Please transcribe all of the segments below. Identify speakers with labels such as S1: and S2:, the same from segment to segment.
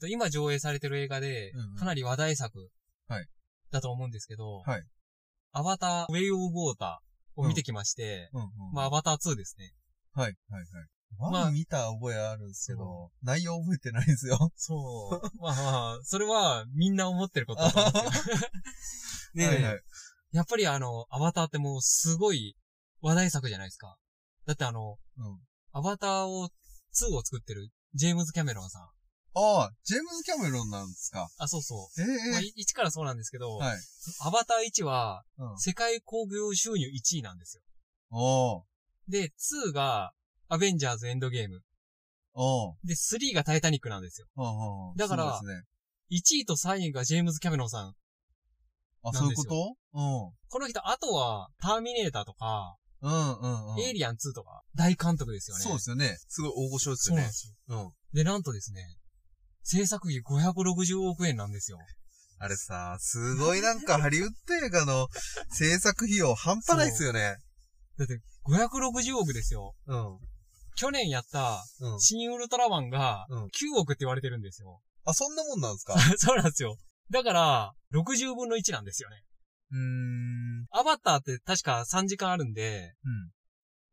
S1: と、今上映されてる映画で
S2: うんうん、
S1: かなり話題作
S2: はい。
S1: だと思うんですけど、
S2: はい
S1: アバター、ウェイオブウォーターを見てきまして、
S2: うんうん。
S1: まあ、アバター2ですね。
S2: はい、はい、はい。
S1: ま
S2: ま
S1: あ
S2: あ、見た覚えあるんですけど、内容覚えてないんですよ。
S1: そう。まあまあ、それはみんな思ってることだと思うんですけど。ね え、
S2: はいはい
S1: やっぱりあの、アバターってもうすごい話題作じゃないですか。だってあの、
S2: うん。
S1: アバターを、2を作ってるジェームズ・キャメロンさん。
S2: ああ、ジェームズ・キャメロンなんですか。
S1: あ、そうそ
S2: ええ
S1: う。まあ、1からそうなんですけど、
S2: はい。
S1: アバター1は
S2: うん。
S1: 世界興行収入1位なんですよ。
S2: おー、
S1: で、2がアベンジャーズ・エンドゲーム。
S2: おー、
S1: で、3がタイタニックなんですよ。
S2: うんうん。
S1: だから
S2: そうですね。
S1: 1位と3位がジェームズ・キャメロンさん。
S2: あ、
S1: な
S2: そ
S1: ん
S2: うい
S1: で
S2: う
S1: す
S2: こ
S1: よ
S2: と
S1: この人、あとは、ターミネーターとか、
S2: うん。うん、うん、うん。
S1: エイリアン2とか、大監督ですよね。
S2: そうですよね。すごい大御所です
S1: そう
S2: よ
S1: なん
S2: ね
S1: で。すよ。
S2: うん。
S1: で、なんとですね、制作費560億円なんですよ。
S2: あれさ、すごいなんかハリウッド映画の 制作費用半端ないっすよね。
S1: だって、560億ですよ。
S2: うん。
S1: 去年やった、
S2: うん。
S1: 新ウルトラマンが、
S2: うん
S1: 9億って言われてるんですよ。
S2: あ、そんなもんなんですか
S1: そうなんですよ。だから、60分の1なんですよね。
S2: うーん。
S1: アバターって確か3時間あるんで、
S2: うん。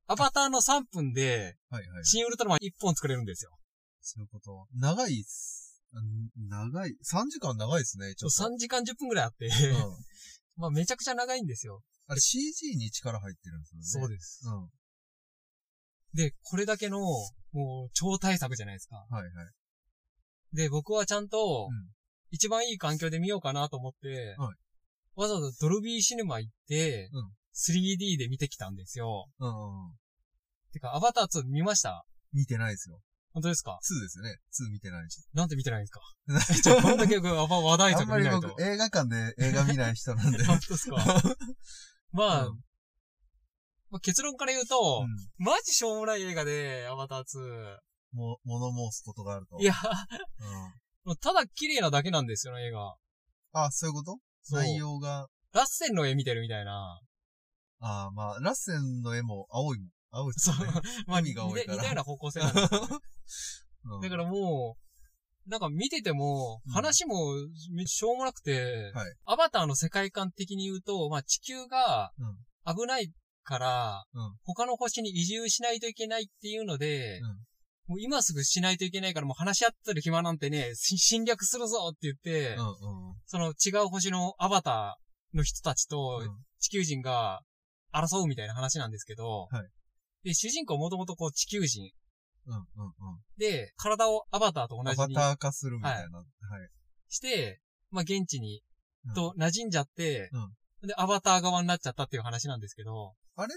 S1: アバターの3分で、
S2: はいはい。
S1: 新ウルトラマン1本作れるんですよ。
S2: そういうこと。長いっす。うん長い。3時間長いですね、ちょっと。
S1: 3時間10分くらいあって、
S2: うん。
S1: まあめちゃくちゃ長いんですよ。
S2: あれ CG に力入ってるんですよ
S1: そ
S2: ね。
S1: う
S2: で
S1: です
S2: う。ん。は
S1: で、これだけの、もう超大作じゃないですか。
S2: いはい。
S1: で、僕はちゃんと
S2: うん、
S1: 一番いい環境で見ようかなと思って、
S2: はい
S1: わざわざドルビーシネマ行って、
S2: うん
S1: 3D で見てきたんですよ。
S2: うんうん。
S1: てか、アバター2見ました
S2: 見てないですよ。
S1: 本当ですか
S2: 2ですよね。2見てないし。
S1: なんて見てないんですかち ょ、こんだけこれ話題
S2: あん
S1: 作
S2: ま
S1: 見
S2: り
S1: ない
S2: 僕
S1: と。
S2: 映画館で映画見ない 人なんで。
S1: 本当 ですかまあ、
S2: うん
S1: まあ結論から言うと
S2: う、ん
S1: マジしょうもない映画で、アバター2。
S2: も、物申すことがあると。
S1: いや、
S2: うん
S1: もうただ綺麗なだけなんですよね、映画。
S2: あ、そういうこと
S1: そう
S2: 内容が、
S1: ラッセンの絵見てるみたいな。
S2: あまあ、ラッセンの絵も青いもん。青いっす
S1: そ
S2: よ
S1: う
S2: ね。。
S1: まあ、
S2: 海が多いから
S1: 似たような方向性なん ですよね
S2: うん
S1: だからもう、なんか見てても
S2: う、ん
S1: 話もしょうもなくて、
S2: はい
S1: アバターの世界観的に言うと、まあ地球が
S2: うん
S1: 危ないから、
S2: うん
S1: 他の星に移住しないといけないっていうので、
S2: うん
S1: もう今すぐしないといけないからもう話し合ってる暇なんてね、し侵略するぞって言って、
S2: うんうん。
S1: その違う星のアバターの人たちと
S2: うん
S1: 地球人が争うみたいな話なんですけど、
S2: はい
S1: で、主人公もともとこう地球人
S2: うんうんうん。
S1: で、体をアバターと同
S2: ア
S1: じ
S2: バ
S1: に
S2: ター化するみたいな。はい。
S1: して、まあ、現地に、
S2: うん
S1: と馴染んじゃって、で、アバター側になっちゃったっていう話なんですけど、
S2: あれ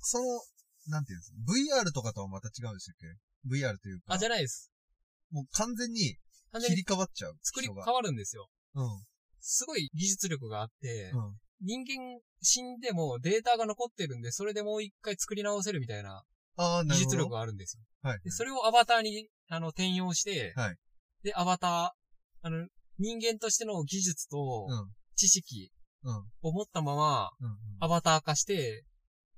S2: その、なんていうんですか ?VR とかとはまた違うでしたっけ ?VR というか。
S1: あ、じゃないです。
S2: もう完全に
S1: 完全に
S2: 切り替わっちゃう。
S1: 作り
S2: 人
S1: 変
S2: が
S1: わるんですよ。
S2: うん。
S1: すごい技術力があって、
S2: うん。
S1: 人間死んでもデータが残ってるんで、それでもう一回作り直せるみたいな
S2: ああ、
S1: 技
S2: なるほど。
S1: 術力があるんですよ。
S2: はい
S1: で、。それをアバターに、あの、転用して、
S2: はい
S1: で、アバター、あの、人間としての技術と
S2: うん。
S1: 知識
S2: うん。
S1: を持ったまま、
S2: うんうん。
S1: アバター化して、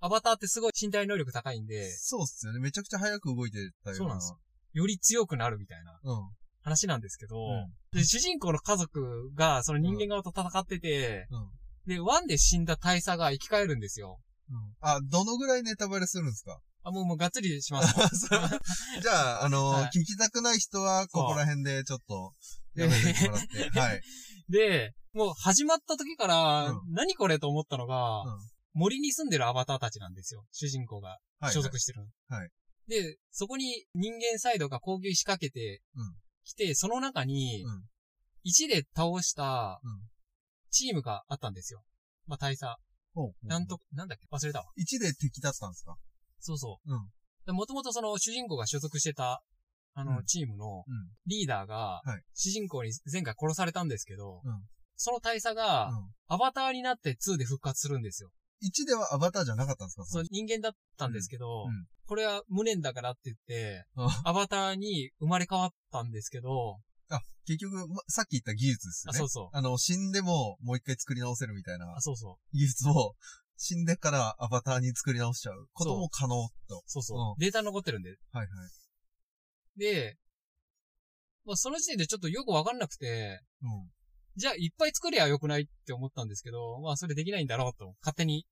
S1: アバターってすごい身体能力高いんで、
S2: そうっすよね。めちゃくちゃ早く動いてたような。
S1: そうなんですより強くなるみたいな
S2: うん。
S1: 話なんですけど、
S2: うん
S1: で主人公の家族がその人間側と戦ってて、
S2: うん
S1: で、ワンで死んだ大佐が生き返るんですよ。
S2: うん。あ、どのぐらいネタバレするんですか
S1: あ、もう、もう、がっつりします。
S2: じゃあ、あの
S1: はい
S2: 聞きたくない人は、ここら辺でちょっと、やめても らって。はい。
S1: で、もう始まった時から
S2: うん、
S1: 何これと思ったのが、
S2: うん
S1: 森に住んでるアバターたちなんですよ。主人公が
S2: はい。
S1: 所属してるの。
S2: はい
S1: で、そこに人間サイドが攻撃仕掛けて
S2: うん
S1: きて、その中に
S2: うん、
S1: 1で倒した
S2: うん
S1: チームがあったんですよ。まあ大佐。
S2: ほうほう
S1: なん。と、なんだっけ忘れたわ。
S2: 1で敵だったんですか
S1: そうそ
S2: うん。
S1: う。もともとその主人公が所属してた、あの、
S2: うん
S1: チームの
S2: うん。
S1: リーダーが
S2: はい、
S1: 主人公に前回殺されたんですけど、
S2: うん
S1: その大佐が、
S2: うん
S1: アバターになって2で復活するんですよ。
S2: 1ではアバターじゃなかったんですか
S1: そう、人間だったんですけど、
S2: うんうん
S1: これは無念だからって言って、
S2: あ
S1: アバターに生まれ変わったんですけど、
S2: 結局、まさっき言った技術です
S1: あ、
S2: よね。
S1: そうそう。
S2: あの、死んでももう一回作り直せるみたいな
S1: あ、そうそう。
S2: 技術を、死んでからアバターに作り直しちゃうことも可能と。
S1: そうそう。
S2: うん
S1: データ残ってるんで。
S2: はいはい。
S1: で、まあ、その時点でちょっとよくわかんなくて、
S2: うん。
S1: じゃあいっぱい作りゃよくないって思ったんですけど、まあそれできないんだろうと、勝手に。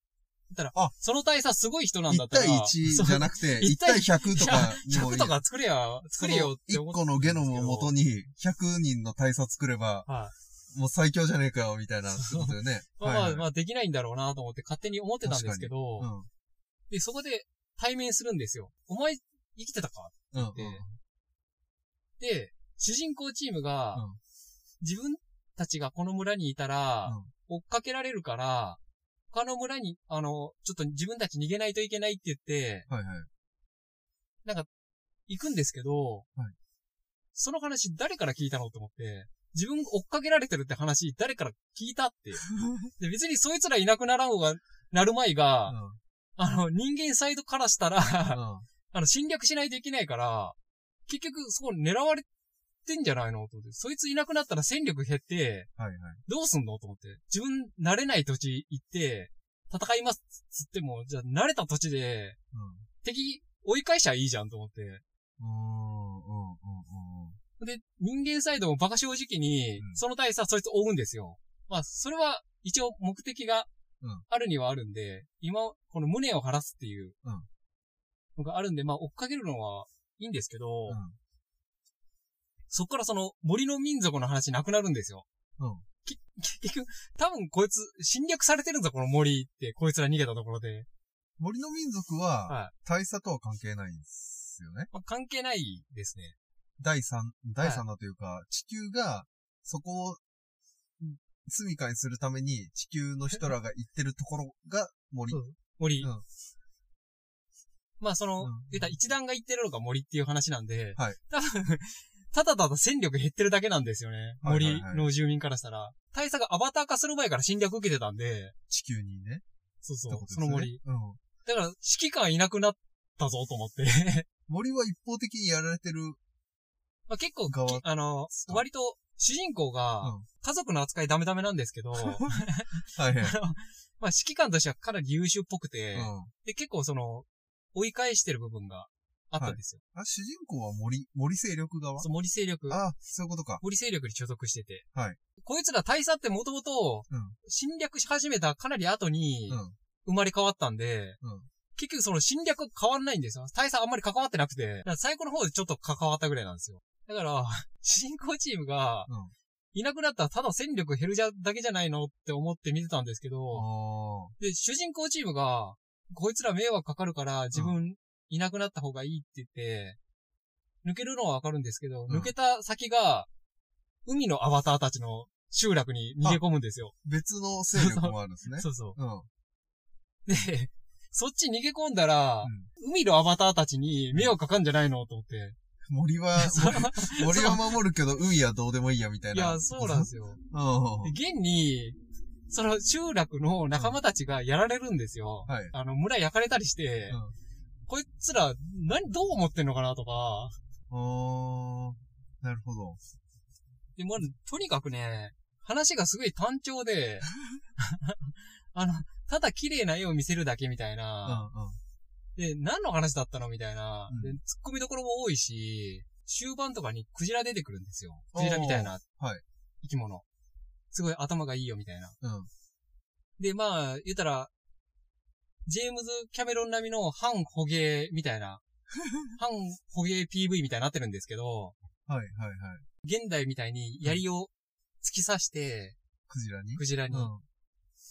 S1: だったら、
S2: あ
S1: その大差すごい人なんだ
S2: 1
S1: ったら。
S2: 対1じゃなくて、
S1: そう
S2: 1対100とかにも
S1: 100
S2: いい
S1: と。か作れや、作れよって
S2: 1
S1: 思った
S2: 個のゲノムを元
S1: に。
S2: に100人の大佐作れば、
S1: は
S2: もう最強じゃねえかよ、みたいなってことよ ね。
S1: い。まあま
S2: はい
S1: あ、まあできないんだろうなと思って勝手に思ってたんですけど、
S2: うん。
S1: で、そこで対面するんですよ。お前、生きてたか
S2: うん。うん
S1: でで、主人公チームが、
S2: うん
S1: 自分たちがこの村にいたら、追っかけられるから、他の村に、あの、ちょっと自分たち逃げないといけないって言って、
S2: はいはい。
S1: 行くんですけど、
S2: はい
S1: その話誰から聞いたのと思って、自分追っかけられてるって話誰から聞いた って。で別にそいつらいなくならんうが、なるまいが、あの、人間サイドからしたら、 あの、侵略しないといけないから、結局そこ狙われてんじゃないのと思って。そいついなくなったら戦力減って、
S2: はいはい。
S1: どうすんのと思って。自分慣れない土地行って、戦いますっつっても、じゃあ慣れた土地で敵追い返しちゃいいじゃんと思って。
S2: うん。うん。うん。うん。うん。
S1: で、人間サイドも馬鹿正直に
S2: う、ん
S1: その大差そいつ追うんですよ。まあ、それは一応目的が
S2: うん
S1: あるにはあるんで、今、この無念を晴らすっていう
S2: うん
S1: のがあるんで、まあ追っかけるのはいいんですけど、
S2: うん
S1: そこからその森の民族の話なくなるんですよ。
S2: うん
S1: き 結局、多分こいつ侵略されてるんだこの森って、こいつら逃げたところで。
S2: 森の民族
S1: は
S2: は、大佐とは関係ないんですよね。
S1: まあ、関係ないですね。
S2: 第三、第三だというか、地球が、そこを、住処にするために、地球の人らが行ってるところが森。
S1: そう森。
S2: うん
S1: まあその、
S2: うん
S1: 言ったら一段が言ってるのが森っていう話なんで、
S2: はい
S1: 多分、 ただただ戦力減ってるだけなんですよね。
S2: はいはいは
S1: 森
S2: い
S1: の住民からしたら。大佐がアバター化する前から侵略受けてたんで、
S2: 地球にね。
S1: そうそ
S2: っ
S1: う、
S2: てことです
S1: そ
S2: よ
S1: の
S2: ね
S1: 森。。
S2: うん。
S1: だから、指揮官いなくなったぞと思って。
S2: 森は一方的にやられてる。
S1: まあ結構、き
S2: 側
S1: あの、割と、主人公が
S2: うん、
S1: 家族の扱いダメダメなんです けど、 あの、
S2: はいはい。
S1: まあ指揮官としてはかなり優秀っぽく
S2: う
S1: て、
S2: ん。
S1: で、結構その、追い返してる部分があったんですよ。
S2: あ、主人公は森、森勢力側
S1: そう森勢力。
S2: あ、そういうことか。
S1: 森勢力に所属してて。
S2: はい
S1: こいつら大佐ってもともと
S2: うん、
S1: 侵略し始めたかなり後に
S2: うん。
S1: 生まれ変わったんで、
S2: うん
S1: 結局その侵略変わんないんですよ。大佐あんまり関わってなくて、だから最後の方でちょっと関わったぐらいなんですよ。だから、 主人公チームが
S2: うん、
S1: いなくなったらただ戦力減るじゃだけじゃないのって思って見てたんですけど、
S2: あ
S1: で、主人公チームが、こいつら迷惑かかるから自分いなくなった方がいいって言って、抜けるのはわかるんですけど、
S2: うん
S1: 抜けた先が、海のアバターたちの集落に逃げ込むんですよ。
S2: ー別の勢力もあるんですね。
S1: そうそ
S2: うん。うん。
S1: う。で、そっち逃げ込んだら、海のアバターたちに迷惑かかんじゃないのと思って。
S2: 森は、 森は守るけど、海はどうでもいいや、みたい
S1: い
S2: な。
S1: や、そうなんですよ。
S2: うん。
S1: で現に、その集落の仲間たちがやられるんですよ。
S2: はい。
S1: あの、村焼かれたりして、
S2: うん
S1: こいつら、何、どう思ってんのかなとか、
S2: あー、なるほど。
S1: でも、とにかくね、話がすごい単調 で、あの、ただ綺麗な絵を見せるだけみたいな、
S2: うんう
S1: で、
S2: ん。
S1: 何の話だったのみたいな、
S2: うん
S1: で、突っ込みどころも多いし、終盤とかにクジラ出てくるんですよ。クジラみたいな
S2: おーはい
S1: 生き物。すごい頭がいいよみたいな。
S2: うん。
S1: で、まあ、言ったら、ジェームズ・キャメロン並みの反捕鯨みたい な、反捕鯨 PV みたいになってるんですけど、
S2: はいはいはい。
S1: 現代みたいに槍を突き刺して、
S2: クジラに
S1: クジラに、
S2: うん。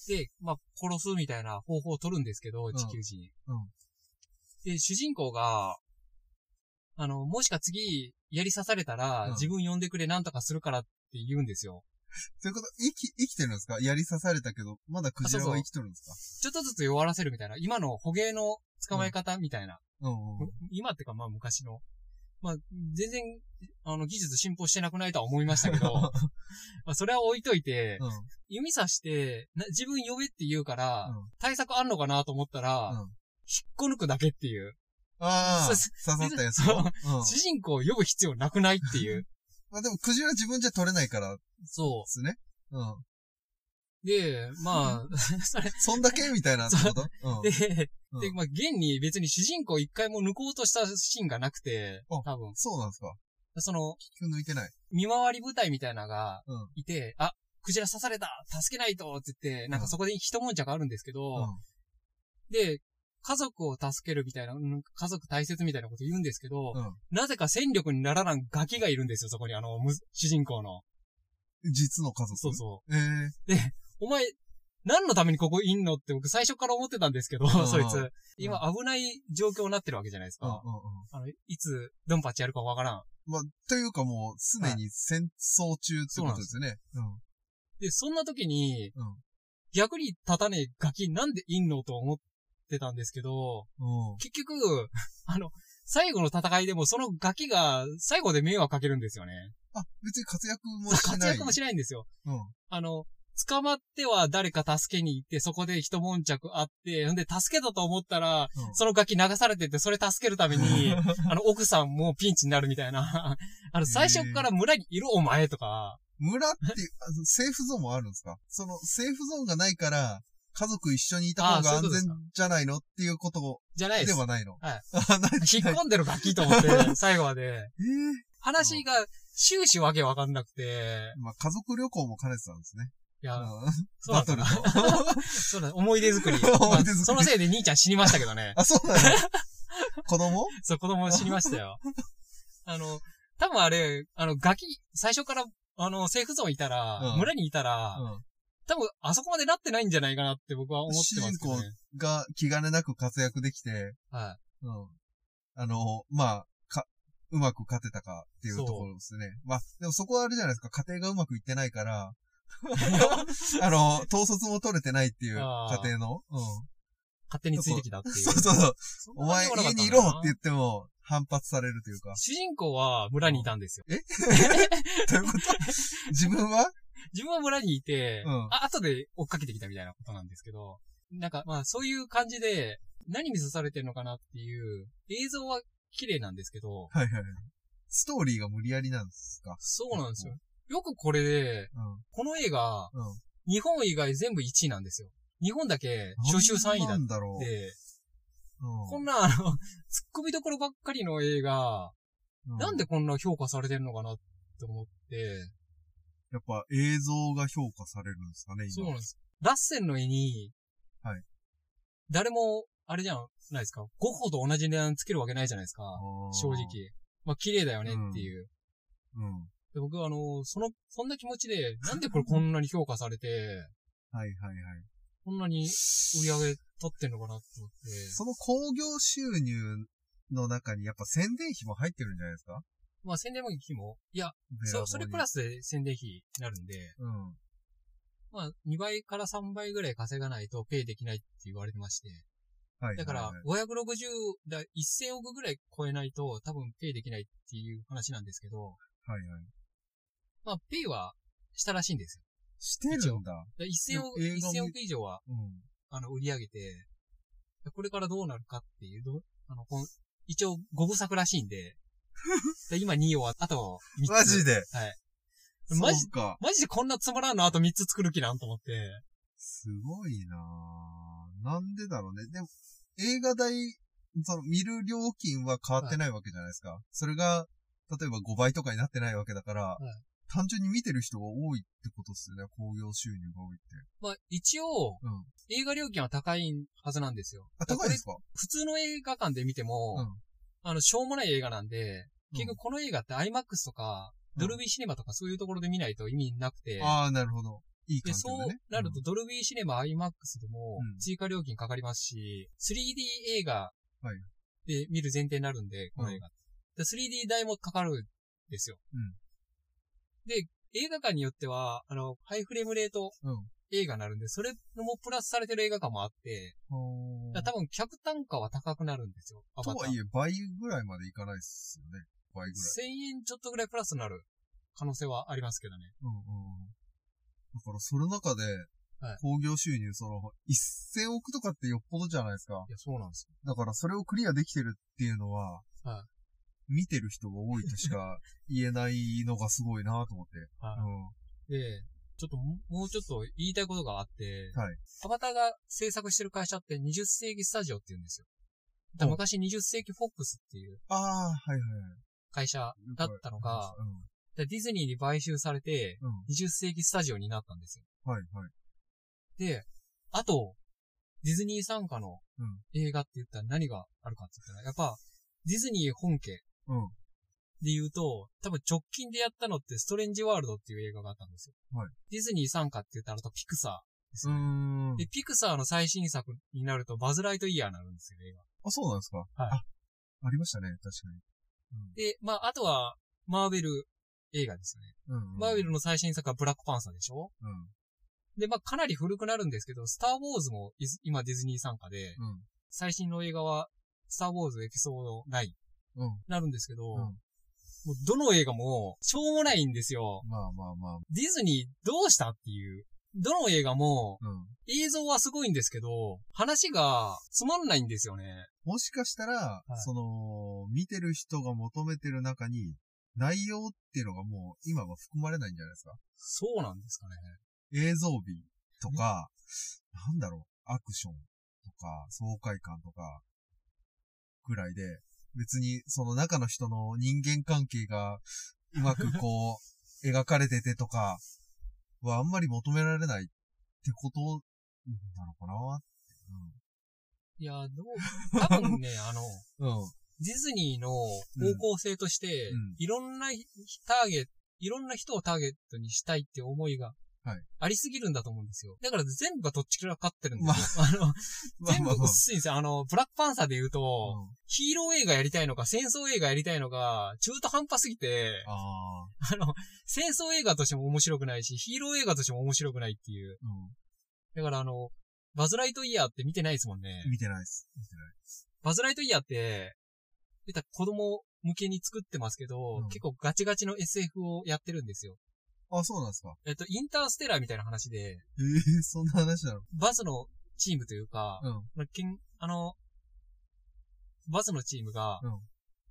S1: で、まあ、殺すみたいな方法を取るんですけど、地球人。
S2: うん
S1: で、主人公が、あの、もしか次、槍刺されたら、
S2: うん
S1: 自分呼んでくれ、なんとかするからって言うんですよ。
S2: ということ、生き、生きてるんですか槍刺されたけど、まだクジラ
S1: あそう
S2: は
S1: そう
S2: 生きとるんですか
S1: ちょっとずつ弱らせるみたいな、今の捕鯨の捕まえ方みたいな。
S2: うんうん。
S1: 今ってか、まあ昔の。まあ、全然、あの、技術進歩してなくないとは思いましたけ ど、まあそれは置いといて、
S2: うん。
S1: 弓刺して、な自分呼べって言うから、
S2: うん
S1: 対策あんのかなと思ったら、
S2: うん
S1: 引っこ抜くだけっていう、
S2: あ
S1: そ
S2: あ、
S1: う
S2: 刺
S1: そ
S2: さったやつ
S1: そう
S2: を。うん。
S1: 主人公を呼ぶ必要なくないっていう。
S2: まあでも、クジラ自分じゃ取れないからで
S1: そ
S2: すね。うん。
S1: う。で、まあ、それ、
S2: そんだけみたいなってことうん。
S1: で、
S2: うん
S1: で、まあ、現に別に主人公一回も抜こうとしたシーンがなくて、
S2: あ
S1: 多分。
S2: そうなんですか
S1: その、
S2: 気球抜いてない。
S1: 見回り部隊みたいなのが
S2: うん。
S1: いて、あ、クジラ刺された助けないとって言って、なんかそこで一悶着あるんですけど、
S2: うん
S1: で、家族を助けるみたいな、うん家族大切みたいなこと言うんですけど、
S2: うん
S1: なぜか戦力にならないガキがいるんですよ、そこに、あの、む主人公の。
S2: 実の家族。
S1: そうそ
S2: ええ
S1: う。お前、何のためにここいんのって僕最初から思ってたんですけど、
S2: ん
S1: そいつ。今危ない状況になってるわけじゃないです
S2: うんうん
S1: か。
S2: う
S1: あ
S2: ん。
S1: の、いつ、ドンパチやるかわからん。
S2: まあ、というかもう、すでに戦争中ってことですよね。
S1: で、そんな時に、
S2: うん
S1: 逆に立たねえガキなんでいんのと思ってたんですけど、
S2: うん。うん。
S1: 結局、あの、最後の戦いでもそのガキが最後で迷惑かけるんですよね。
S2: あ、別に活躍もしない。
S1: 活躍もしないんですよ。
S2: うん。
S1: あの、捕まっては誰か助けに行って、そこで一悶着あって、ほんで助けたと思ったら、
S2: うん
S1: そのガキ流されてて、それ助けるため に、あの、奥さんもピンチになるみたいな。 あの、最初から村にいるお前とか、
S2: 村っていう、あのセーフゾーンもあるんですかその、セーフゾーンがないから、家族一緒にいた方
S1: あ
S2: が
S1: そういう
S2: 安
S1: ことです
S2: 全
S1: か
S2: じゃないのっていうこと
S1: じゃないで。
S2: ですはないの。
S1: はい
S2: あ、ない。
S1: 引っ込んでるガキと思 って、最後まで。
S2: え
S1: 話が終始わけわかんなくて、
S2: えまあ、家族旅行も兼ねてたんですね。
S1: いや、
S2: うん
S1: そうだ
S2: バ
S1: った
S2: トル
S1: な
S2: の。
S1: そうだ、思い出作り。
S2: 思い出作り
S1: まあそのせいで兄ちゃん死にましたけどね。
S2: あ、そうな の子供
S1: そう、子供死にましたよ。あの、多分あれ、あの、ガキ、最初から、あの、セーフゾーンいたら、
S2: うん
S1: 村にいたら、
S2: う
S1: 多分あそこまでなってないんじゃないかなって僕は思ってますけど
S2: 主
S1: ね。
S2: ん。が気兼ねなく活躍できて、
S1: は
S2: うん。あの、まあ、か、うまく勝てたかっていう
S1: そ
S2: と
S1: う
S2: ころですね。まあ、でもそこはあれじゃないですか、家庭がうまくいってな いから、あの、統率も取れてないっていう
S1: あ
S2: 家
S1: ー
S2: 庭の。うん。
S1: い。勝手についてきたっていう。
S2: そうそうそう。
S1: そん
S2: お
S1: な感
S2: 前
S1: じでもなかったな
S2: 家にいろって言っても反発されるというか。
S1: 主人公は村にいたんですよ。
S2: ということ自分は
S1: 自分は村にいて、
S2: うん
S1: あ後で追っかけてきたみたいなことなんですけど、なんかまあそういう感じで、何見せされてるのかなっていう、映像は綺麗なんですけど、
S2: はいはいはい。ストーリーが無理やりなんですか。
S1: そうなんですよ。よくこれで、
S2: うん。
S1: この映画、
S2: うん。
S1: 日本以外全部1位なんですよ。日本だけ初週3位だ
S2: な
S1: っ
S2: んだろう。
S1: て、
S2: うん
S1: こんな、あの、 突っ込みどころばっかりの映画、
S2: うん
S1: なんでこんな評価されてるのかなって思って、
S2: やっぱ映像が評価されるんですかね、
S1: そう
S2: 今。
S1: なんです。ラッセンの絵に、
S2: はい
S1: 誰も、あれじゃないですか、ゴッホと同じ値段つけるわけないじゃないですか、
S2: あー
S1: 正。直。まあ、綺麗だよねっていう。
S2: うん。
S1: で僕はあの、その、そんな気持ちで、なんでこれこんなに評価されて、
S2: はいはいはい。
S1: こんなに売り上げ取ってんのかなって思って。
S2: その興行収入の中にやっぱ宣伝費も入ってるんじゃないですか
S1: まあ宣伝費も、いや、そそれプラ
S2: ス。
S1: スで宣伝費になるんで、
S2: うん。
S1: まあ2倍から3倍ぐらい稼がないとペイできないって言われてまして、
S2: はいはいは
S1: だ
S2: い。
S1: から560、だ1000億ぐらい超えないと多分ペイできないっていう話なんですけど、
S2: はいはい。
S1: まあペイはしたらしいんですよ
S2: してるんだ。。
S1: だ1000億、
S2: でも映画も
S1: 1000億以上は
S2: うん。
S1: あの売り上げて、これからどうなるかっていう、どうあの、こん一応5部作らしいん で、で今2を、あと3つ。
S2: マジで。
S1: はい。マジ
S2: そうか。
S1: マジでこんなつまらんのあと3つ作る気なんと思って。
S2: すごいなぁなんでだろうね。でも、映画代、その、見る料金は変わってないわけじゃないですか。それが、例えば5倍とかになってないわけだから、
S1: い
S2: 単純に見てる人が多いってことっすよね。興行収入が多いって。
S1: まあ、一応、
S2: うん。
S1: 映画料金は高いはずなんですよ。
S2: あ、高いんです
S1: こ
S2: か
S1: れ普通の映画館で見て
S2: う
S1: も、
S2: ん。
S1: あの、しょうもない映画なんで、
S2: うん
S1: 結局この映画って IMAX とか、
S2: うん
S1: ドルビーシネマとかそういうところで見ないと意味なくて、
S2: ああ、なるほど。いい
S1: で、
S2: 感じ
S1: そう
S2: でね。
S1: なるとドルビーシネマ IMAX でも
S2: うん
S1: 追加料金かかりますし、3D 映画
S2: はい
S1: で見る前提になるんで、この映画。で 3D 代もかかるんですよ。
S2: うん
S1: で、映画館によっては、あの、ハイフレームレート
S2: うん。うん。
S1: 映画になるんで、それもプラスされてる映画館もあって、
S2: ほー
S1: だから多分客単価は高くなるんですよ。ア
S2: と
S1: バタ
S2: は
S1: ー。1000
S2: いえ、倍ぐらいまでいかないっすよね。倍ぐらい。
S1: 円ちょっとぐらいプラスになる可能性はありますけどね。
S2: うんうんうん。だから、その中で
S1: はい、
S2: 興行収入、その、1000億とかってよっぽどじゃないですか
S1: い。や、そうなんですよ。
S2: だから、それをクリアできてるっていうのは、
S1: は
S2: 見てる人が多いとしか言えないのがすごいなと思って。
S1: はい
S2: うん。
S1: で、ちょっとももうちょっと言いたいことがあって、
S2: はい
S1: アバターが制作してる会社って20世紀スタジオって言うんですよ。だから昔20世紀フォックスっていう、
S2: ああ、はいはいはい。
S1: 会社だったのが、でディズニーに買収されて、
S2: うん。うん。
S1: 20世紀スタジオになったんですよ。
S2: はい、はい。
S1: で、あと、ディズニー傘下の
S2: うん
S1: 映画って言ったら何があるかって言ったら、やっぱ、ディズニー本家
S2: うん。
S1: で言うと、多分直近でやったのってストレンジワールドっていう映画があったんですよ。
S2: はい
S1: ディズニー傘下って言ったらあとピクサ
S2: うーん
S1: ー。。で、ピクサーの最新作になるとバズライトイヤーになるんですよ、映画。
S2: あ、そうなんですかあ、ありましたね、確かに。
S1: で、まあ、あとは、マーベル映画ですよね。
S2: うん。うんうん
S1: マーベルの最新作はブラックパンサーでしょ
S2: うん。
S1: で、まあ、かなり古くなるんですけど、スターウォーズもいず今ディズニー参加で、
S2: うん。
S1: 最新の映画は、スターウォーズエピソード9に
S2: うん。
S1: なるんですけど、
S2: うん
S1: もうどの映画も、しょうもないんですよ。
S2: まあまあまあ。
S1: ディズニーどうしたっていう。どの映画も、
S2: うん。
S1: 映像はすごいんですけど、話がつまんないんですよね。
S2: もしかしたら、
S1: い
S2: その、見てる人が求めてる中に、内容っていうのがもう今は含まれないんじゃないですか。
S1: そうなんですかね。
S2: 映像美とか、なんだろう、アクションとか、爽快感とか、ぐらいで、別にその中の人の人間関係がうまくこ う、描かれててとか、はあんまり求められないってことなのかなって
S1: いや、どう、多分ね、 あの、
S2: うん。うん。
S1: ディズニーの方向性として、
S2: うん
S1: いろんなひターゲット、いろんな人をターゲットにしたいって思いが
S2: はい
S1: ありすぎるんだと思うんですよ。だから全部がどっちからかってるんで
S2: ます
S1: よ。あの、
S2: まあ
S1: 全
S2: まあ
S1: 部
S2: まあ。
S1: 薄いんですよ。あの、ブラックパンサーで言うと、
S2: うん
S1: ヒーロー映画やりたいのか、戦争映画やりたいのか、中途半端すぎて、
S2: ああ、
S1: あの、戦争映画としても面白くないし、ヒーロー映画としても面白くないっていう。
S2: う
S1: だからあの、バズライトイヤーって見てないですもんね
S2: ん。。見てないです。見てない。
S1: バズライトイヤーって、言ったら子供向けに作ってますけど、
S2: うん
S1: 結構ガチガチの SF をやってるんですよ。
S2: あ、そうなんですか。
S1: えっと、インターステラーみたいな話で、
S2: ええ そんな話なの
S1: バズのチームというか、
S2: うん。
S1: まあけんあの、バズのチームが、
S2: うん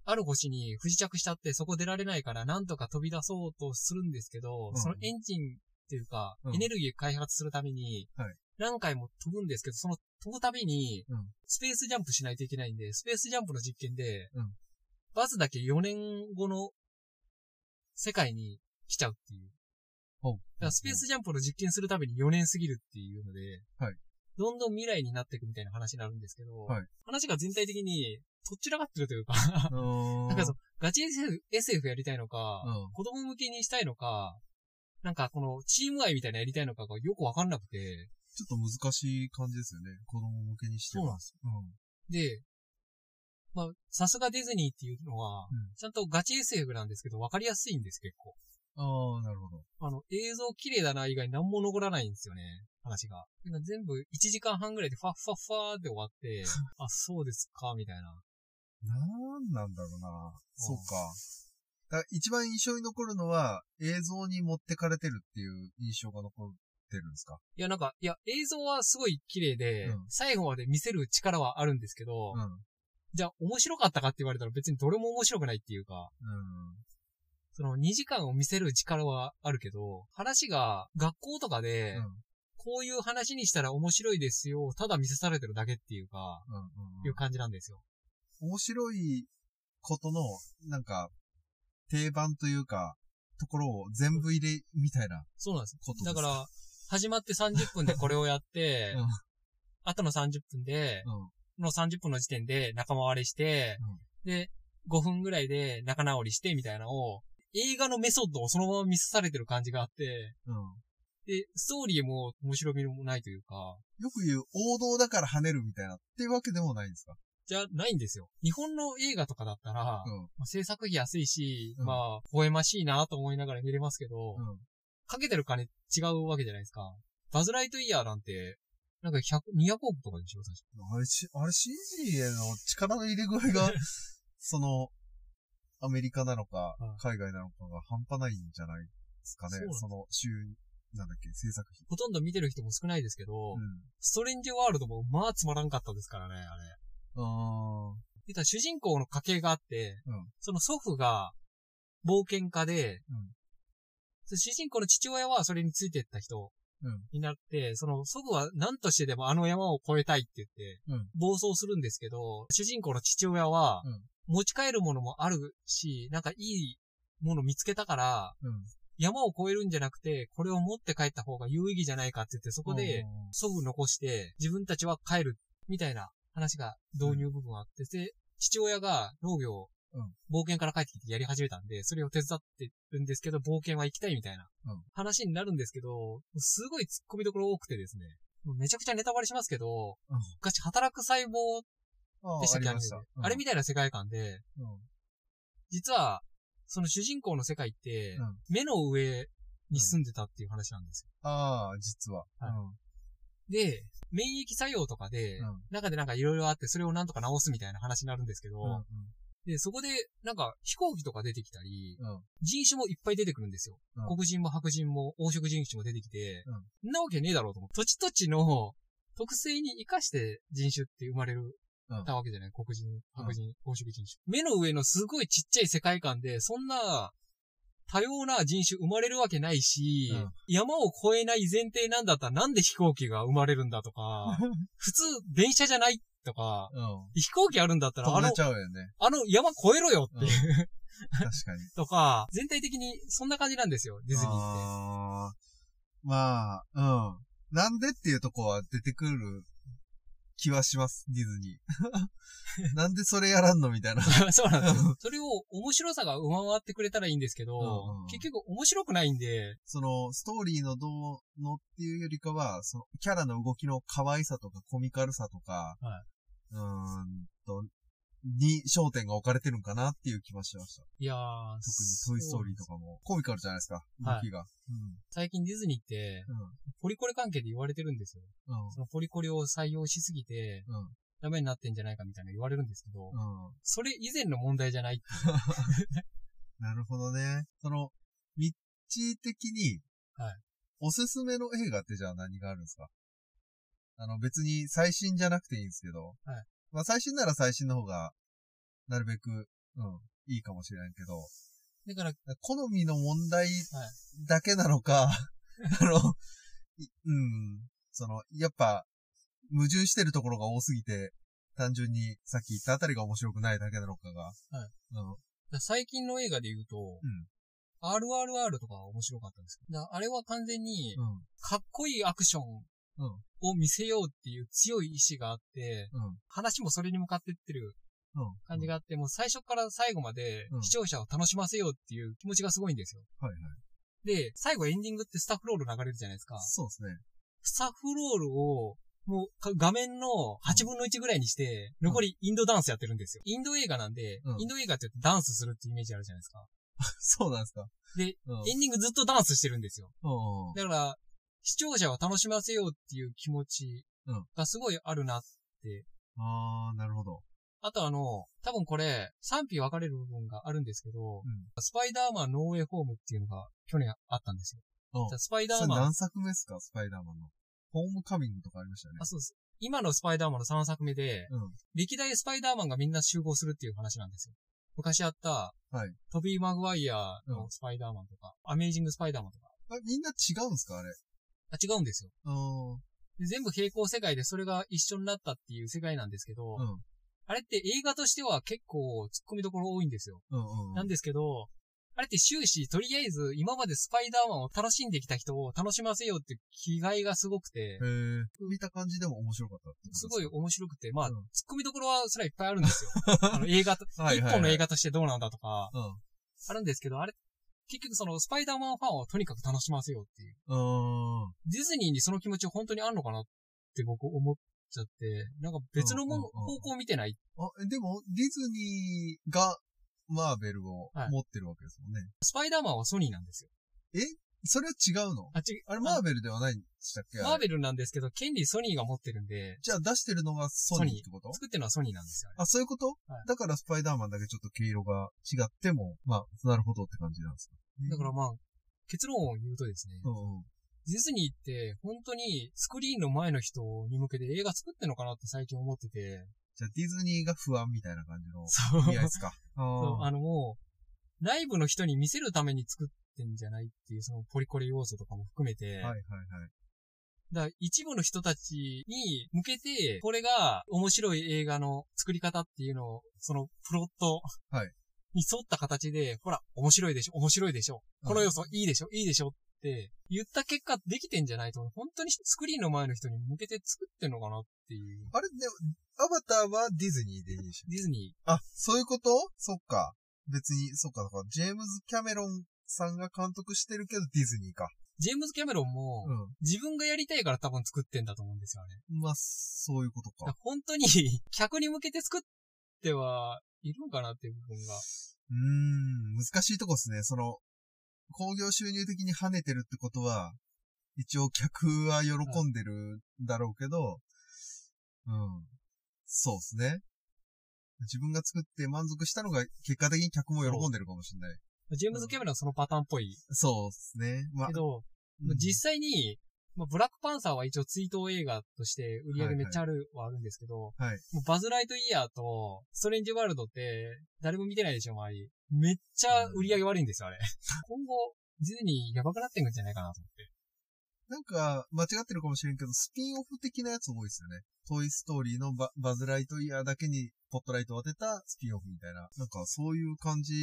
S1: ある星に不時着しちゃってそこ出られないからなんとか飛び出そうとするんですけど、
S2: うん
S1: そのエンジンっていうか、
S2: うん
S1: エネルギー開発するために
S2: はい、
S1: 何回も飛ぶんですけど、その飛ぶたびに
S2: うん、
S1: スペースジャンプしないといけないんで、スペースジャンプの実験で、
S2: うん
S1: バズだけ4年後の世界に来ちゃうっていう。
S2: ほう
S1: だからスペースジャンプの実験するたびに4年過ぎるっていうので、
S2: はい
S1: どんどん未来になっていくみたいな話になるんですけど、
S2: はい
S1: 話が全体的に、とっちらかってるというか、
S2: うん。
S1: なんかその、ガチ SF, SF やりたいのか、
S2: うん
S1: 子供向けにしたいのか、なんかこのチーム愛みたいなやりたいのかがよくわかんなくて、
S2: ちょっと難しい感じですよね。子供向けにして
S1: そうなん
S2: は。
S1: ですで、まあ、さすがディズニーっていうのは、
S2: うん
S1: ちゃんとガチ SF なんですけど、わかりやすいんです、結構。
S2: うん。ああ、なるほど。
S1: あの、映像綺麗だな以外何も残らないんですよね、話が。なんか全部1時間半ぐらいでファッファッファーって終わって、あ、そうですか、みたいな。
S2: なんなんだろうな。そうか。だから一番印象に残るのは、映像に持ってかれてるっていう印象が残ってるんですか
S1: いや、なんか、いや、映像はすごい綺麗で、
S2: うん
S1: 最後まで見せる力はあるんですけど、
S2: うん。うん。
S1: じゃあ面白かったかって言われたら別にどれも面白くないっていうか、その2時間を見せる力はあるけど、話が学校とか
S2: う
S1: で、
S2: ん。うん。
S1: こういう話にしたら面白いですよ、ただ見せされてるだけっていうか、
S2: うん。
S1: いう感じなんですよ。
S2: 面白いことの、なんか、定番というか、ところを全部入れ、みたいな
S1: そうなんです。
S2: ことです
S1: だから、始まって30分でこれをやって、
S2: うん
S1: あとの30分で、
S2: うん。
S1: の30分の時点で仲間割れして、で、5分ぐらいで仲直りしてみたいなのを、映画のメソッドをそのまま見せされてる感じがあって、
S2: うん。
S1: で、ストーリーも面白みもないというか、
S2: よく言う王道だから跳ねるみたいなっていうわけでもないんですか
S1: じゃないんですよ。日本の映画とかだったら、
S2: うん。
S1: まあ制作費安いし、
S2: うん
S1: まあ、微笑ましいなと思いながら見れますけど、
S2: うん。
S1: かけてる金違うわけじゃないですか。バズライトイヤーなんて、なんか100、200億とかでしょ確か
S2: あれ、しあれ CG への力の入れ具 合が、その、アメリカなのか
S1: うん、
S2: 海外なのかが半端ないんじゃないですか
S1: そ
S2: ね
S1: うなん。です
S2: その、収入なんだっけ、制作費。
S1: ほとんど見てる人も少ないですけど、
S2: うん。
S1: ストレンジワールドもまあつまらんかったですからね、あれ。
S2: あ
S1: 言ったら主人公の家系があって、
S2: うん
S1: その祖父が冒険家で、
S2: うん
S1: そ主人公の父親はそれについてった人
S2: うん
S1: になって、その祖父は何としてでもあの山を越えたいって言って
S2: うん、
S1: 暴走するんですけど、主人公の父親は
S2: うん、
S1: 持ち帰るものもあるし、なんかいいもの見つけたから、
S2: うん
S1: 山を越えるんじゃなくて、これを持って帰った方が有意義じゃないかって言って、そこで、
S2: うん
S1: 祖父残して、自分たちは帰る、みたいな話が導入部分あって、で、父親が農業を
S2: うん、
S1: 冒険から帰ってきてやり始めたんで、それを手伝ってるんですけど、冒険は行きたいみたいな
S2: うん
S1: 話になるんですけど、すごい突っ込みどころ多くてですね、もうめちゃくちゃネタバレしますけど、
S2: うん
S1: 昔働く細胞
S2: あ
S1: でしたっけ
S2: あ
S1: あ
S2: りました。うん
S1: れみたいな世界観で、
S2: うん
S1: 実は、その主人公の世界って
S2: うん、
S1: 目の上に住んでたっていう話なんですよ
S2: ああ、実は。
S1: はいで、免疫作用とかで、
S2: うん
S1: 中でなんかいろいろあって、それをなんとか治すみたいな話になるんですけど、
S2: うん。うん。
S1: で、そこで、なんか飛行機とか出てきたり、
S2: うん。
S1: 人種もいっぱい出てくるんですよ。
S2: うん
S1: 黒人も白人も黄色人種も出てきて、ん、なわけねえだろうと思って、土地土地の特性に活かして人種って生まれる。
S2: うん
S1: たわけじゃない黒人、白人、黄色人種。目の上のすごいちっちゃい世界観で、そんな多様な人種生まれるわけないし、
S2: うん
S1: 山を越えない前提なんだったらなんで飛行機が生まれるんだと か、普通電車じゃないとか、
S2: うん。
S1: 飛行機あるんだったら
S2: 飛
S1: あ
S2: ん
S1: の
S2: でち、ゃうよね。
S1: あの山越えろ よっていう、
S2: 確かに。
S1: とか、全体的にそんな感じなんですよ、ディズニーって。
S2: あーまあ、うん。なんでっていうとこは出てくる気はします、ディズニ ー。なんでそれやらんのみたいな。
S1: そうなんですよ。それを面白さが上回ってくれたらいいんですけど、
S2: うんうん
S1: 結局面白くないんで、
S2: その、ストーリーのどうのっていうよりかは、その、キャラの動きの可愛さとかコミカルさとか、
S1: は
S2: うーんと、に焦点が置かれてるんかなっていう気はしました。
S1: いやー、
S2: 特にトイストーリーと
S1: か。
S2: かも、コミカルじゃないですか、
S1: はい
S2: 動きが。
S1: 最近ディズニーって、ポリコレ関係で言われてるんですよ。
S2: うん。うん。
S1: そのポリコレを採用しすぎて、
S2: うん
S1: ダメになってんじゃないかみたいな言われるんですけど、
S2: うん。
S1: それ以前の問題じゃない。
S2: なるほどね。その、道的に、
S1: はい
S2: おすすめの映画ってじゃあ何があるんですかあの、別に最新じゃなくていいんですけど、
S1: はい
S2: まあ最新なら最新の方が、なるべく、うん、いいかもしれんけ
S1: だ
S2: ど、
S1: から、
S2: 好みの問題だけなのか、 あの、いうん、その、やっぱ、矛盾してるところが多すぎて、単純にさっき言ったあたりが面白くないだけなのかが、うん、
S1: 最近の映画で言うと、
S2: ん
S1: RRR とかは面白かったんですけど、だからあれは完全に、
S2: うん、
S1: かっこいいアクション
S2: うん、
S1: を見せようっていう強い意志があって、
S2: うん。
S1: 話もそれに向かってってる
S2: うん
S1: 感じがあって、もう最初から最後まで
S2: うん
S1: 視聴者を楽しませようっていう気持ちがすごいんですよ。
S2: はいはい。
S1: で、最後エンディングってスタッフロール流れるじゃないですか。
S2: そうですね。
S1: スタッフロールを、もうか画面の8分の1ぐらいにして、残りインドダンスやってるんですよ。インド映画なんで、
S2: うん
S1: インド映画ってダンスするってイメージあるじゃないですか。
S2: そうなんですか。
S1: で、
S2: うん。
S1: エンディングずっとダンスしてるんですよ。
S2: うん
S1: だから、視聴者を楽しませようっていう気持ちがすごいあるなって
S2: あー、なるほど。
S1: あとあの、多分これ、賛否分かれる部分があるんですけど
S2: う、ん。
S1: スパイダーマンノーウェイホームっていうのが去年あったんですよ。
S2: うん
S1: じゃあスパイダ
S2: そ
S1: ー
S2: れ
S1: マン、
S2: 何作目ですかスパイダーマンの。ホームカミングとかありましたよね
S1: あ、。そうです。今のスパイダーマンの3作目で、
S2: うん。
S1: 歴代スパイダーマンがみんな集合するっていう話なんですよ。昔あった、
S2: はい
S1: トビー・マグワイア
S2: う
S1: のスパイダーマンとか、アメイジング・スパイダーマンとか、
S2: あみんな違うんですかあれ。
S1: あ違うんですよ
S2: うん。うん。
S1: で全部平行世界でそれが一緒になったっていう世界なんですけど、あれって映画としては結構突っ込みどころ多いんですよ。
S2: うん。うん。
S1: なんですけど、あれって終始、とりあえず今までスパイダーマンを楽しんできた人を楽しませようっていう気概がすごくて
S2: へ、ー。見た感じでも面白かったってことですか
S1: ごい面白くて、まあ、
S2: うん
S1: 突っ込みどころはそれはいっぱいあるんです よ。あの映画と、
S2: はい
S1: 一
S2: はいはい
S1: 本の映画としてどうなんだとか、
S2: うん。
S1: あるんですけど、あれ、結局そのスパイダーマンファンをとにかく楽しませようっていう。
S2: うん。
S1: ディズニーにその気持ち本当にあんのかなって僕思っちゃって、なんか別のもの
S2: うんうんうん
S1: 方向を見てない。
S2: あ、でも、ディズニーが、マーベルを
S1: はい
S2: 持ってるわけですもんね。
S1: スパイダーマンはソニーなんですよ。
S2: それは違うの
S1: あ、ち、
S2: あれ、マーベルではないんでしたっけ
S1: マー
S2: あ
S1: ベ
S2: れ
S1: ルなんですけど、権利ソニーが持ってるんで、
S2: じゃあ出してるのがソニーってこと
S1: 作ってるのはソニーなんですよ。あれ
S2: あ、そういうこと、
S1: はい
S2: だからスパイダーマンだけちょっと毛色が違っても、まあ、なるほどって感じなんですか。
S1: だからまあ、結論を言うとですね、
S2: うんうん。
S1: ディズニーって本当にスクリーンの前の人に向けて映画作ってんのかなって最近思ってて、
S2: じゃあディズニーが不安みたいな感じの
S1: そう。
S2: 意味合いですか。あ
S1: そう
S2: ー
S1: あのもう、内部の人に見せるために作ってんじゃないっていう、そのポリコレ要素とかも含めて、
S2: はいはいはい。
S1: だから一部の人たちに向けて、これが面白い映画の作り方っていうのを、そのプロット
S2: はい
S1: に沿った形で、ほら、面白いでしょ、面白いでしょ、この要素いいでしょ、いいでしょって言った結果できてんじゃないと思う、本当にスクリーンの前の人に向けて作ってんのかなっていう。
S2: あれ、でも、アバターはディズニーでいいでしょ。
S1: ディズニ
S2: あ、そういうことそっか。別に、そっか、そっか。ジェームズ・キャメロンさんが監督してるけど、ディズニーか。
S1: ー、ジェームズ・キャメロンも、
S2: う
S1: 自分がやりたいから多分作ってんだと思うんですよ、あれ。
S2: ん。まあ、そういうこと
S1: だから
S2: か。
S1: 本当に 客に向けて作ってはいるのかなっていう部分が。
S2: うーん、難しいとこですね。その、興行収入的に跳ねてるってことは、一応客は喜んでるんだろうけど、うん。そうですね。自分が作って満足したのが、結果的に客も喜んでるかもしれない。
S1: ジェームズ・キャメロンはそのパターンっぽい
S2: そうですね。まあ
S1: け、ど、
S2: うん
S1: 実際に、まあ、ブラックパンサーは一応追悼映画として売り上げめっちゃあるはあるんですけど、
S2: はい。
S1: もうバズ・ライトイヤーとストレンジ・ワールドって誰も見てないでしょ、周り。めっちゃ売り上げ悪いんですよ、あ れ。今後、ディズニーやばくなっていくんじゃないかなと思って。
S2: なんか、間違ってるかもしれんけど、スピンオフ的なやつ多いですよね。トイストーリーのババズライトイヤーだけにポットライトを当てたスピンオフみたいな。なんか、そういう感じ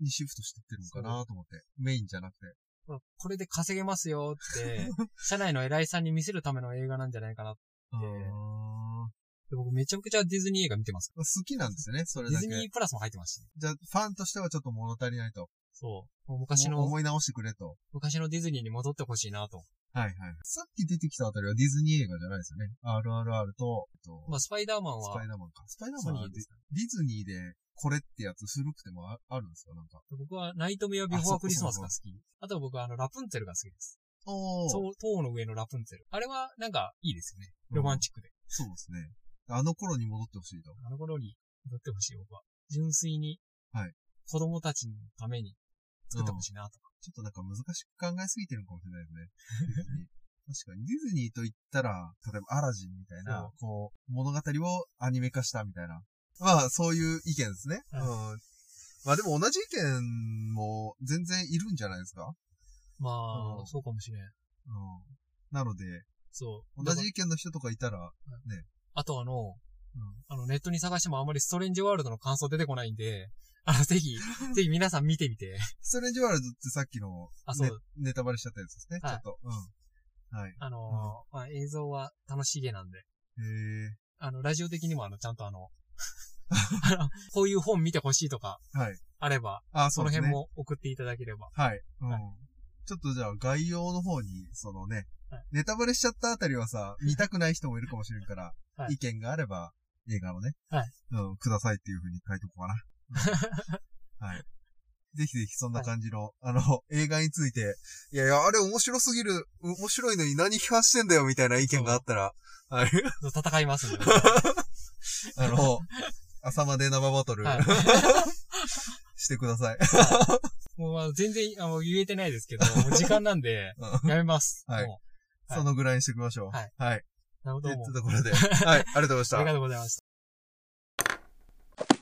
S2: にシフトしてってるのかなと思って。メインじゃなくて。
S1: ほらこれで稼げますよ って、社内の偉いさんに見せるための映画なんじゃないかなって。
S2: うーん
S1: 僕めちゃくちゃディズニー映画見てます。
S2: 好きなんですよね、それ
S1: ディ
S2: だ
S1: ズ
S2: け。
S1: ニープラスも入ってますし、ね。
S2: じゃあ、ファンとしてはちょっと物足りないと。
S1: そう。もう昔
S2: もう
S1: の、
S2: 思い直してくれと。
S1: 昔のディズニーに戻ってほしいなと。
S2: はいはい。さっき出てきたあたりはディズニー映画じゃないですよね。RRR と、えっと
S1: まあ、スパイダーマン
S2: スパ
S1: は
S2: イ、ダーマンか。スパイダー
S1: ソ
S2: マン
S1: ニ
S2: は
S1: ーで
S2: ディ
S1: す
S2: ディズニーでこれってやつ古くてもああるんですかなんか。
S1: 僕はナイトメアビフォアクリスマスが好
S2: あそ
S1: き。あとは僕はあの、ラプンツェルが好きです。
S2: おー
S1: そう、塔の上のラプンツェル。あれはなんかいいですよね。ロマンチックで。
S2: そうですね。あの頃に戻ってほしいと。
S1: あの頃に踊ってほしい僕は。純粋に、
S2: はい
S1: 子供たちのために作ってほしいなと。
S2: ちょっとなんか難しく考えすぎてるのかもしれないですね。ディズニー確かに、ディズニー と言ったら、例えばアラジンみたいな、こう、物語をアニメ化したみたいな。まあ、そういう意見ですね。
S1: はい
S2: うん。まあでも同じ意見も全然いるんじゃないですか
S1: まあ、
S2: うん
S1: そうかもしれん。
S2: うん。なので、
S1: そう。
S2: 同
S1: だか
S2: じ意見の人とかいたら、
S1: らあとあの、
S2: うん
S1: あの、ネットに探してもあんまりストレンジワールドの感想出てこないんで、あの、ぜ ひ、ぜひ皆さん見てみて。
S2: ストレンジワールドってさっきの
S1: あそ
S2: ね、
S1: う
S2: ネタバレしちゃったやつですね。
S1: はい
S2: ちょっと。うん。はい。
S1: あのーまあ、映像は楽しげなんで。
S2: へえ。
S1: あの、ラジオ的にもあの、ちゃんとあの、 あのこういう本見てほしいとか、
S2: はい。
S1: あれば、
S2: あ、
S1: そ
S2: そう
S1: の
S2: ですね
S1: 辺。も送っていただければ。
S2: はい。うん
S1: はい。
S2: ちょっとじゃあ概要の方に、そのね
S1: はい、
S2: ネタバレしちゃったあたりはさ、見たくない人もいるかもしれんから、
S1: はい
S2: 意見があれば映画のね、
S1: はい
S2: うん、くださいっていう風に書いとこうかな。はい。ぜひぜひそんな感じの、あの、映画について、いやいや、あれ面白すぎる、面白いのに何批判してんだよみたいな意見があったら、はい。
S1: そう戦います んで。
S2: あの、朝まで生バトル、
S1: はい
S2: してください。
S1: もうまあ全然あの言えてないですけど、もう時間なんで、
S2: う
S1: やめます。
S2: はい
S1: も
S2: そのぐらいにしておきましょう。
S1: はい
S2: はい。
S1: うなるほ
S2: とい
S1: ども
S2: ったところで。はい、ありがとうございまし
S1: あ
S2: た
S1: りが。とうございました。